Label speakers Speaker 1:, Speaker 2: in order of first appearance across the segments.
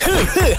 Speaker 1: 哈嘿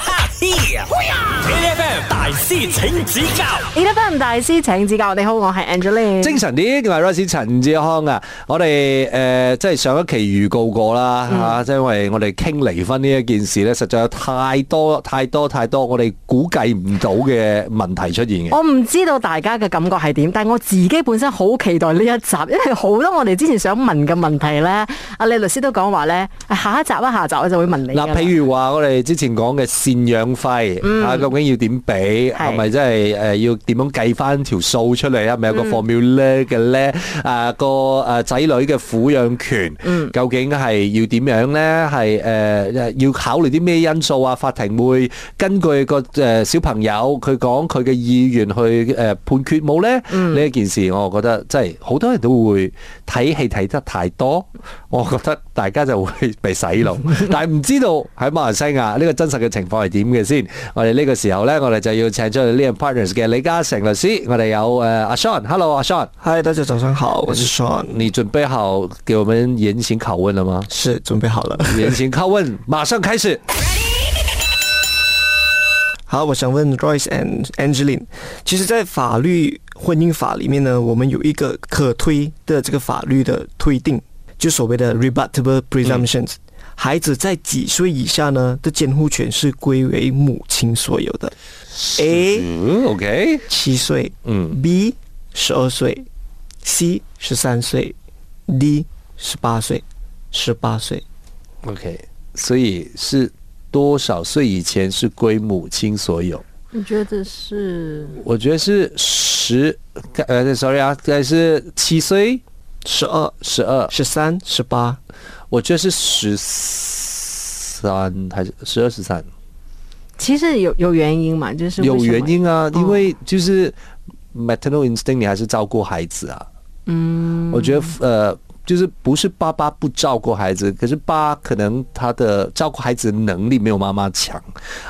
Speaker 1: ，A.F.M. 大師請指教
Speaker 2: 你得得唔大師請指教，你好，我係 Angeline。
Speaker 3: 精神啲，我係 Royce 陳志康啊！我哋誒、呃即係上一期預告過啦嚇、即係因為我哋傾離婚呢一件事咧，實在有太多太多太多我哋估計唔到嘅問題出現嘅。
Speaker 2: 我唔知道大家嘅感覺係點，但係我自己本身好期待呢一集，因為好多我哋之前想問嘅問題咧，阿李律師都講話咧，啊下一集啊，下一集我就會問你㗎
Speaker 3: 嗱，
Speaker 2: 啦。
Speaker 3: 譬如話我哋之前講嘅赡養費、啊，究竟要點俾？
Speaker 2: 係
Speaker 3: 係咪真係誒要點樣計翻條數出嚟啊？係咪有個 formula 嘅咧？啊個誒仔女嘅撫養權，究竟係要點樣咧？係誒、呃要考慮啲咩因素啊？法庭會根據個誒、呃小朋友佢講佢嘅意願去誒、呃判決冇咧？呢、一件事，我覺得真係好多人都會睇戲睇得太多， 我覺得大家就會被洗腦，但係唔知道喺馬來西亞呢個真實嘅情況係點嘅先。我哋呢個時候咧，我哋就要請出呢個 partners 嘅李嘉誠律師，我哋有誒阿 Sean，Hello 阿 Sean。
Speaker 4: 嗨，大家早上好，我是 Sean，
Speaker 3: 你准备好给我们严刑拷问了吗？
Speaker 4: 是准备好了。
Speaker 3: 严刑拷问，马上开始。
Speaker 4: 好，我想问 Royce and Angeline，其实，在法律婚姻法里面呢，我们有一个可推的这个法律的推定，就所谓的 rebuttable presumptions、孩子在几岁以下呢的监护权是归为母亲所有的。A
Speaker 3: 嗯，OK，
Speaker 4: 七岁，
Speaker 3: 嗯
Speaker 4: ，B 十二岁，C 十三岁，D 十八岁，十八岁。
Speaker 3: ，OK，所以是多少岁以前是归母亲所有？
Speaker 2: 你觉得是
Speaker 3: 我觉得是十，呃，sorry 啊，该是七岁、
Speaker 4: 十二、
Speaker 3: 十二，
Speaker 4: 十三、十八，
Speaker 3: 我觉得是十三还是十二十三？
Speaker 2: 其实有有原因嘛，就是为
Speaker 3: 有
Speaker 2: 什么
Speaker 3: 原。因啊，
Speaker 2: 嗯
Speaker 3: 因为就是 maternal instinct，你还是照顾孩子啊。嗯，我觉得呃，就是不是爸爸不照顾孩子，可是爸可能他的照顾孩子的能力没有妈妈强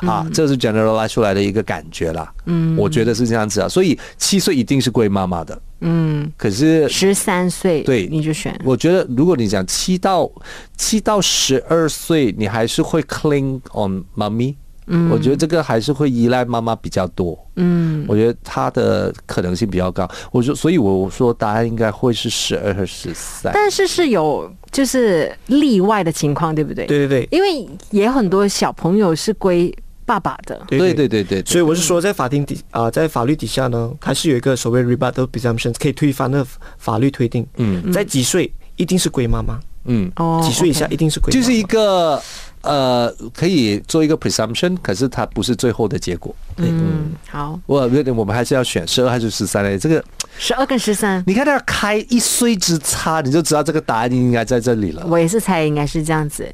Speaker 3: 啊，这是 generalize 出来的一个感觉啦。嗯，我觉得是这样子啊，所以七岁一定是归妈妈的。
Speaker 2: 嗯，
Speaker 3: 可是
Speaker 2: 十三岁，
Speaker 3: 对
Speaker 2: 你就选。
Speaker 3: 我觉得，如果你讲七到七到十二岁，你还是会 cling on 妈咪。嗯，我觉得这个还是会依赖妈妈比较多。
Speaker 2: 嗯，
Speaker 3: 我觉得他的可能性比较高。我说，所以我说答案应该会是十二和十三。
Speaker 2: 但是是有就是例外的情况，对不对？，
Speaker 4: 对对对，
Speaker 2: 因为也很多小朋友是归爸爸的。
Speaker 3: 对对对对，
Speaker 4: 所以我是说，在法庭底啊、在法律底下呢，它是有一个所谓 rebuttal presumptions 可以推翻的法律推定。
Speaker 3: 嗯
Speaker 4: 在几岁一定是归妈妈，
Speaker 3: 嗯，
Speaker 2: 哦，
Speaker 4: 几岁以下
Speaker 2: OK
Speaker 4: 一定是归妈
Speaker 3: 就
Speaker 4: 妈。
Speaker 3: 是一个呃，可以做一个 presumption，可是它不是最后的结果。
Speaker 2: 嗯，好，
Speaker 3: 我我们还是要选十二还是十三嘞？这个
Speaker 2: 十二跟十三。
Speaker 3: 你看它开一岁之差，你就知道这个答案应该在这里了。
Speaker 2: 我也是猜应该是这样子。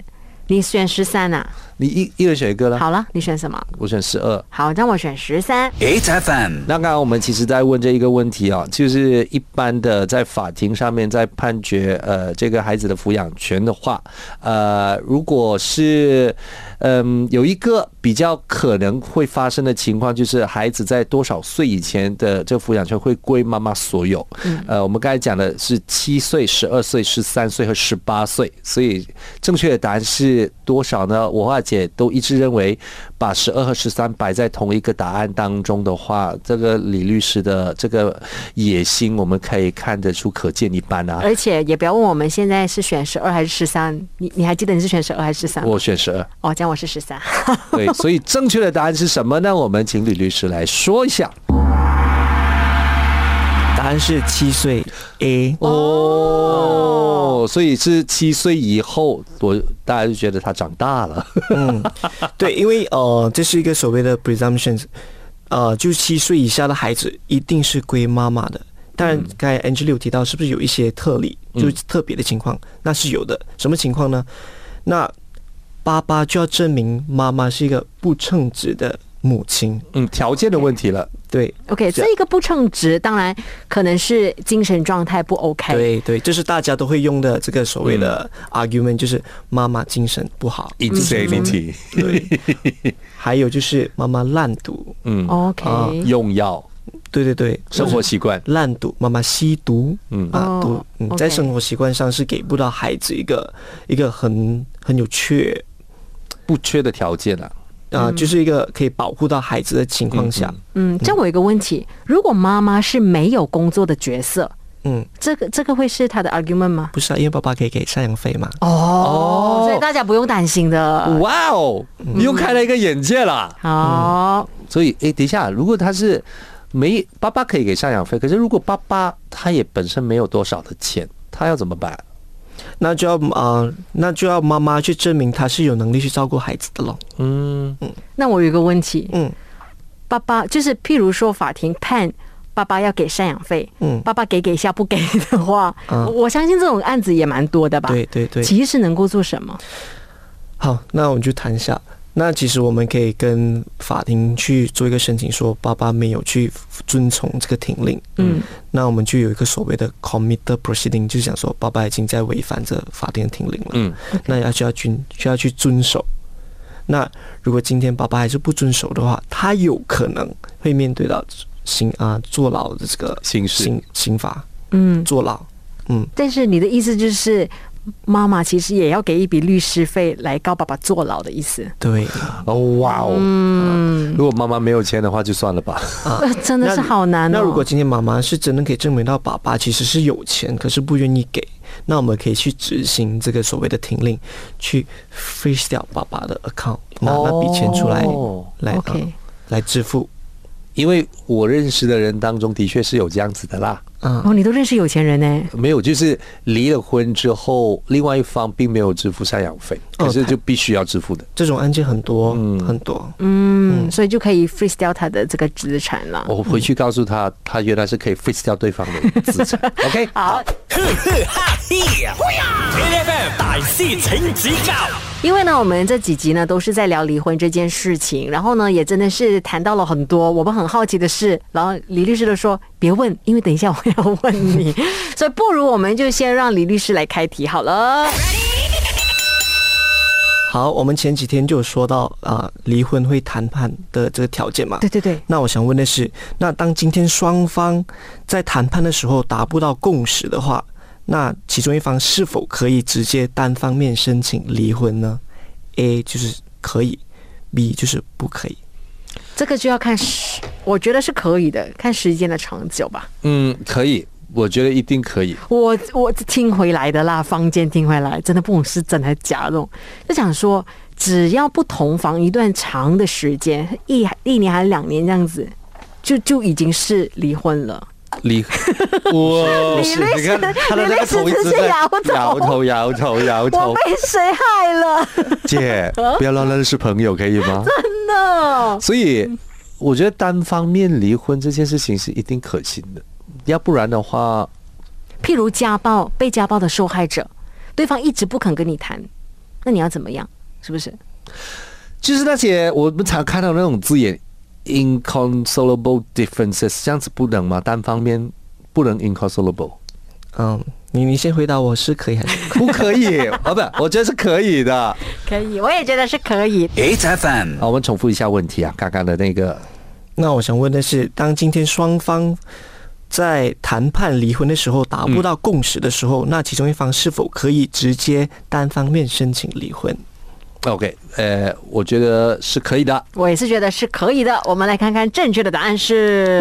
Speaker 2: 你选十三呐？
Speaker 3: 你一一人选一个啦，
Speaker 2: 好了，你选什么？
Speaker 3: 我选十二。
Speaker 2: 好，那我选十三。
Speaker 1: ，8FM，
Speaker 3: 那刚刚我们其实在问这一个问题啊，就是一般的在法庭上面在判决呃这个孩子的抚养权的话，呃，如果是嗯、有一个比较可能会发生的情况，就是孩子在多少岁以前的这个抚养权会归妈妈所有。呃，我们刚才讲的是七岁、十二岁、十三岁和十八岁，所以正确的答案是多少呢？我和姐都一致认为，把十二和十三摆在同一个答案当中的话，这个李律师的这个野心，我们可以看得出可见一斑啊。
Speaker 2: 而且也不要问我们现在是选十二还是十三，你你还记得你是选十二还是十三？
Speaker 3: 我选十二，
Speaker 2: 哦，这样我是十三。
Speaker 3: 对，所以正确的答案是什么呢？我们请李律师来说一下。
Speaker 4: 答案是七岁 A。
Speaker 3: 哦，所以是七岁以后，我大家就觉得他长大了。
Speaker 4: 嗯，对，因为呃，这是一个所谓的 presumptions，呃，就七岁以下的孩子一定是归妈妈的。当
Speaker 3: 嗯
Speaker 4: 然，刚才 Angel 有提到，是不是有一些特例，就是特别的情况？那是有的。什么情况呢？那爸爸就要证明妈妈是一个不称职的母亲。
Speaker 3: 嗯，条件的问题了。
Speaker 4: 对，
Speaker 2: OK，
Speaker 4: 是啊
Speaker 2: 这一个不称职，当然可能是精神状态不
Speaker 3: 哎
Speaker 2: OK。
Speaker 4: 对，对，这是大家都会用的这个所谓的
Speaker 3: 嗯
Speaker 4: argument，就是妈妈精神不好，
Speaker 3: Insanity，
Speaker 4: 对，还有就是妈妈滥赌，
Speaker 3: 嗯，
Speaker 2: OK，、
Speaker 4: 啊
Speaker 3: 用药、
Speaker 4: 对对对，
Speaker 3: 生活习惯，
Speaker 4: 滥赌，妈妈吸毒，
Speaker 3: 嗯
Speaker 4: 啊，
Speaker 2: 哦
Speaker 4: 毒，嗯，
Speaker 2: OK
Speaker 4: 在生活习惯上是给不到孩子一个一个很很有缺，
Speaker 3: 不缺的条件啊。
Speaker 4: 啊、就是一个可以保护到孩子的情况下，
Speaker 2: 嗯，这样我有一个问题，如果妈妈是没有工作的角色，
Speaker 4: 嗯，
Speaker 2: 这个这个会是他的 argument 吗？
Speaker 4: 不是啊，因为爸爸可以给赡养费嘛，
Speaker 2: 哦，所以大家不用担
Speaker 4: 嗯
Speaker 2: 心的。
Speaker 3: 哇哦，你又开了一个眼界了。
Speaker 2: 好，
Speaker 3: 所以，哎，等一下，如果他是没爸爸可以给赡养费，可是如果爸爸他也本身没有多少的钱，他要怎么办？
Speaker 4: 那就要啊、呃那就要妈妈去证明她是有能力去照顾孩子的咯。
Speaker 3: 嗯，
Speaker 2: 那我有一个问题，
Speaker 4: 嗯，
Speaker 2: 爸爸就是譬如说法庭判爸爸要给赡养费，
Speaker 4: 嗯
Speaker 2: 爸爸给给下不给的话，
Speaker 4: 嗯
Speaker 2: 我相信这种案子也蛮多的吧？
Speaker 4: 对对对。
Speaker 2: 其实能够做什么？
Speaker 4: 好，那我们就谈一下。那其实我们可以跟法庭去做一个申请，说爸爸没有去遵从这个停令，
Speaker 2: 嗯，
Speaker 4: 那我们就有一个所谓的 committed proceeding，就是讲说爸爸已经在违反这法定的停令了，
Speaker 3: 嗯，
Speaker 4: 那要就要遵就要去遵守。那如果今天爸爸还是不遵守的话，他有可能会面对到刑啊坐牢的这个
Speaker 3: 形式
Speaker 4: 刑刑罚，
Speaker 2: 嗯，
Speaker 4: 坐牢。嗯，
Speaker 2: 但是你的意思就是，妈妈其实也要给一笔律师费来告爸爸坐牢的意思。
Speaker 4: 对，
Speaker 3: 哦，哇哦，嗯，如果妈妈没有钱的话，就算了吧。
Speaker 2: 呃真的是好难哦。
Speaker 4: 啊那如果今天妈妈是真的可以证明到爸爸其实是有钱，可是不愿意给，那我们可以去执行这个所谓的停令，去 freeze 掉爸爸的 account，拿那笔钱出来，
Speaker 3: 哦
Speaker 4: 来、啊
Speaker 2: OK
Speaker 4: 来支付
Speaker 3: 因为我认识的人当中，的确是有这样子的啦。
Speaker 4: 啊。
Speaker 2: 哦，你都认识有钱人呢？
Speaker 3: 没有，就是离了婚之后，另外一方并没有支付赡养费，
Speaker 4: 哦
Speaker 3: 可是就必须要支付的。
Speaker 4: 这种案件很多、很多，
Speaker 2: 嗯，所以就可以 freeze 掉他的这个资产了。
Speaker 3: 我回去告诉他，他原来是可以 freeze 掉对方的资 产。OK，
Speaker 2: 好，
Speaker 1: 呵呵哈嘿呀！A F M 大师请指教
Speaker 2: 因为呢，我们这几集呢都是在聊离婚这件事情，然后呢也真的是谈到了很多我们很好奇的事。然后李律师就说：“别问，因为等一下我要问你。”所以不如我们就先让李律师来开题好了。
Speaker 4: 好，我们前几天就有说到啊、离婚会谈判的这个条件嘛。
Speaker 2: 对对对，
Speaker 4: 那我想问的是，那当今天双方在谈判的时候达不到共识的话，那其中一方是否可以直接单方面申请离婚呢？A 就是可以，B 就是不可以。
Speaker 2: 这个就要看时，我觉得是可以的，看时间的长久吧。
Speaker 3: 嗯，可以，我觉得一定可以。
Speaker 2: 我我听回来的啦，坊间听回来，真的不懂是真还是假的哦，就想说，只要不同房一段长的时间，一一年还是两年这样子，就就已经是离婚了。
Speaker 3: 离，哇！
Speaker 2: 你那
Speaker 3: 你
Speaker 2: 是
Speaker 3: 看他的那个头一直在
Speaker 2: 摇
Speaker 3: 摇
Speaker 2: 头
Speaker 3: 头摇头摇
Speaker 2: 我
Speaker 3: 头。
Speaker 2: 被谁害了？
Speaker 3: 姐，不要让那是朋友，可以吗？
Speaker 2: no，
Speaker 3: 所以我觉得单方面离婚这件事情是一定可行的，要不然的话，
Speaker 2: 譬如家暴，被家暴的受害者，对方一直不肯跟你谈，那你要怎么样？是不是？
Speaker 3: 就是那些我们常看到那种字眼，inconsolable differences，这样子不能吗？单方面不能 inconsolable，
Speaker 4: 嗯，你你先回答我是可以还是
Speaker 3: 不可 以啊！不，我觉得是可以的。
Speaker 2: 可以，我也觉得是可以。
Speaker 1: ，A F M
Speaker 3: 好，我们重复一下问题啊，刚刚的那个，
Speaker 4: 那我想问的是，当今天双方在谈判离婚的时候达不到共识的时候，那其中一方是否可以直接单方面申请离婚？
Speaker 3: OK，呃，我觉得是可以的。
Speaker 2: 我也是觉得是可以的。我们来看看正确的答案是。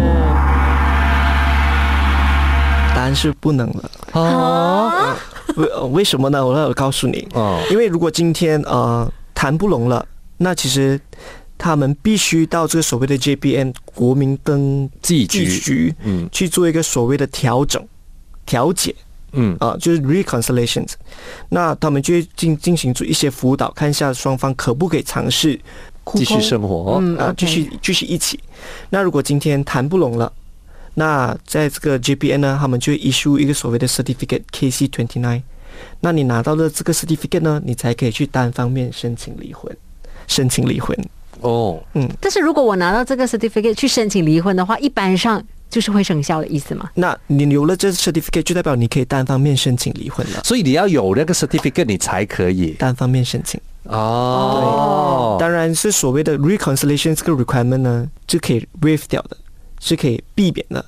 Speaker 4: 答案是不能了。
Speaker 3: 哦，
Speaker 4: 为呃为什么呢？我我告诉你，
Speaker 3: 哦，
Speaker 4: 因为如果今天呃谈不拢了，那其实他们必须到这个所谓的 JPN 国民登
Speaker 3: 寄
Speaker 4: 记
Speaker 3: 居，
Speaker 4: 局
Speaker 3: 嗯
Speaker 4: 去做一个所谓的调整、调解
Speaker 3: 嗯，
Speaker 4: 啊、就是 reconciliations。那他们就会进进行做一些辅导，看一下双方可不可以尝试
Speaker 3: 继续生活。
Speaker 2: 嗯
Speaker 4: 啊，
Speaker 2: OK
Speaker 4: 继续继续一起。那如果今天谈不拢了，那在这个 JPN 呢，他们就会 issue 一个所谓的 certificate KC twenty nine。那你拿到了这个 certificate 呢，你才可以去单方面申请离婚，申请离婚。
Speaker 3: 哦，
Speaker 2: 但是如果我拿到这个 certificate 去申请离婚的话，一般上就是会生效的意思嘛？
Speaker 4: 那你有了这 certificate，就代表你可以单方面申请离婚了，
Speaker 3: 所以你要有那个 certificate，你才可以。
Speaker 4: 单方面申请。
Speaker 3: 哦，
Speaker 4: 当然是所谓的 reconciliation 这个 requirement 呢，是可以 waive 掉的，是可以避免的。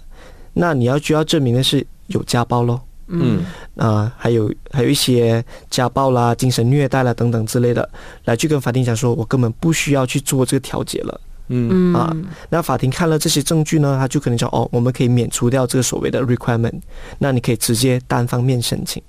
Speaker 4: 那你要需要证明的是有家暴咯，
Speaker 3: 嗯
Speaker 4: 啊、还有还有一些家暴啦、精神虐待啦等等之类的，来去跟法庭讲说，我根本不需要去做这个调解了。
Speaker 3: 嗯
Speaker 4: 啊，那法庭看了这些证据呢，他就可能讲哦，我们可以免除掉这个所谓的 requirement，那你可以直接单方面申请。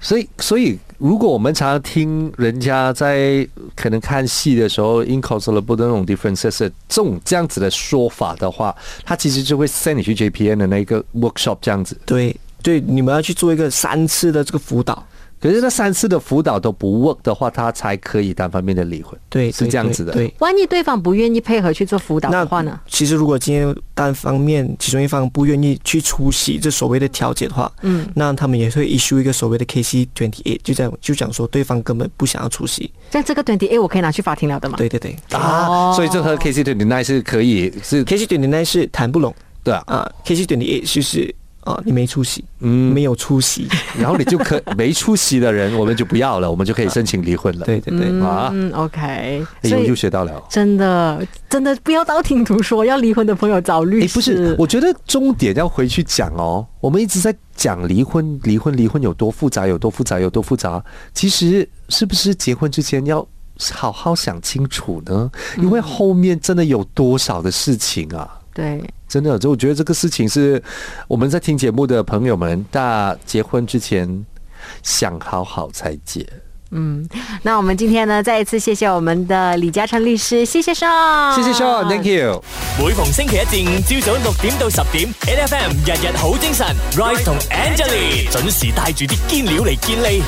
Speaker 3: 所以所以如果我们常常听人家在可能看戏的时候 inconsolable 的那种 differences 这种这样子的说法的话，他其实就会 send 你去 JPN 的那个 workshop 这样子。
Speaker 4: 对对，你们要去做一个三次的这个辅导，
Speaker 3: 可是那三次的辅导都不 work 的话，他才可以单方面的离婚。
Speaker 4: 对，
Speaker 3: 是
Speaker 4: 对
Speaker 3: 这样子的。
Speaker 4: 对。对
Speaker 2: 万一对方不愿意配合去做辅导
Speaker 4: 那
Speaker 2: 的话呢？
Speaker 4: 其实如果今天单方面其中一方不愿意去出席这所谓的调解的话，
Speaker 2: 嗯，
Speaker 4: 那他们也会 issue 一个所谓的 KC twenty eight，就这样就讲说对方根本不想要出席。
Speaker 2: 像这个 twenty A 我可以拿去法庭了的嘛？
Speaker 4: 对对对
Speaker 3: 啊，所以这和
Speaker 2: 哦
Speaker 3: KC 对你那是可以是，
Speaker 4: ，KC twenty nine 是谈不拢
Speaker 3: 对啊，
Speaker 4: 啊，KC twenty eight 就是啊你没出席，
Speaker 3: 嗯
Speaker 4: 没有出 席。
Speaker 3: 然后你就可没出息的人，我们就不要了，我们就可以申请离婚了。
Speaker 4: 对对对，
Speaker 3: 啊，
Speaker 2: 嗯，OK，
Speaker 3: 哎
Speaker 2: 所
Speaker 3: 呦，
Speaker 2: 以
Speaker 3: 又学到了。
Speaker 2: 真的真的不要道听途说，要离婚的朋友找律
Speaker 3: 哎，
Speaker 2: 师。
Speaker 3: 不是，我觉得重点要回去讲哦。我们一直在讲离婚，离婚，离婚有多复杂，有多复杂，有多复杂。其实是不是结婚之前要好好想清楚呢？因
Speaker 2: 嗯
Speaker 3: 为后面真的有多少的事情啊。
Speaker 2: 对，
Speaker 3: 真的，就我觉得这个事情是我们在听节目的朋友们，大家结婚之前想好好才结。
Speaker 2: 那我们今天呢，再一次谢谢我们的李嘉诚律师，谢谢上，
Speaker 3: 谢谢 Sean，Thank you。
Speaker 1: 每逢星期一至五朝早六點到十點，N F M 日日好精神，Rise 同 Angelie 準時帶住啲堅料嚟健利。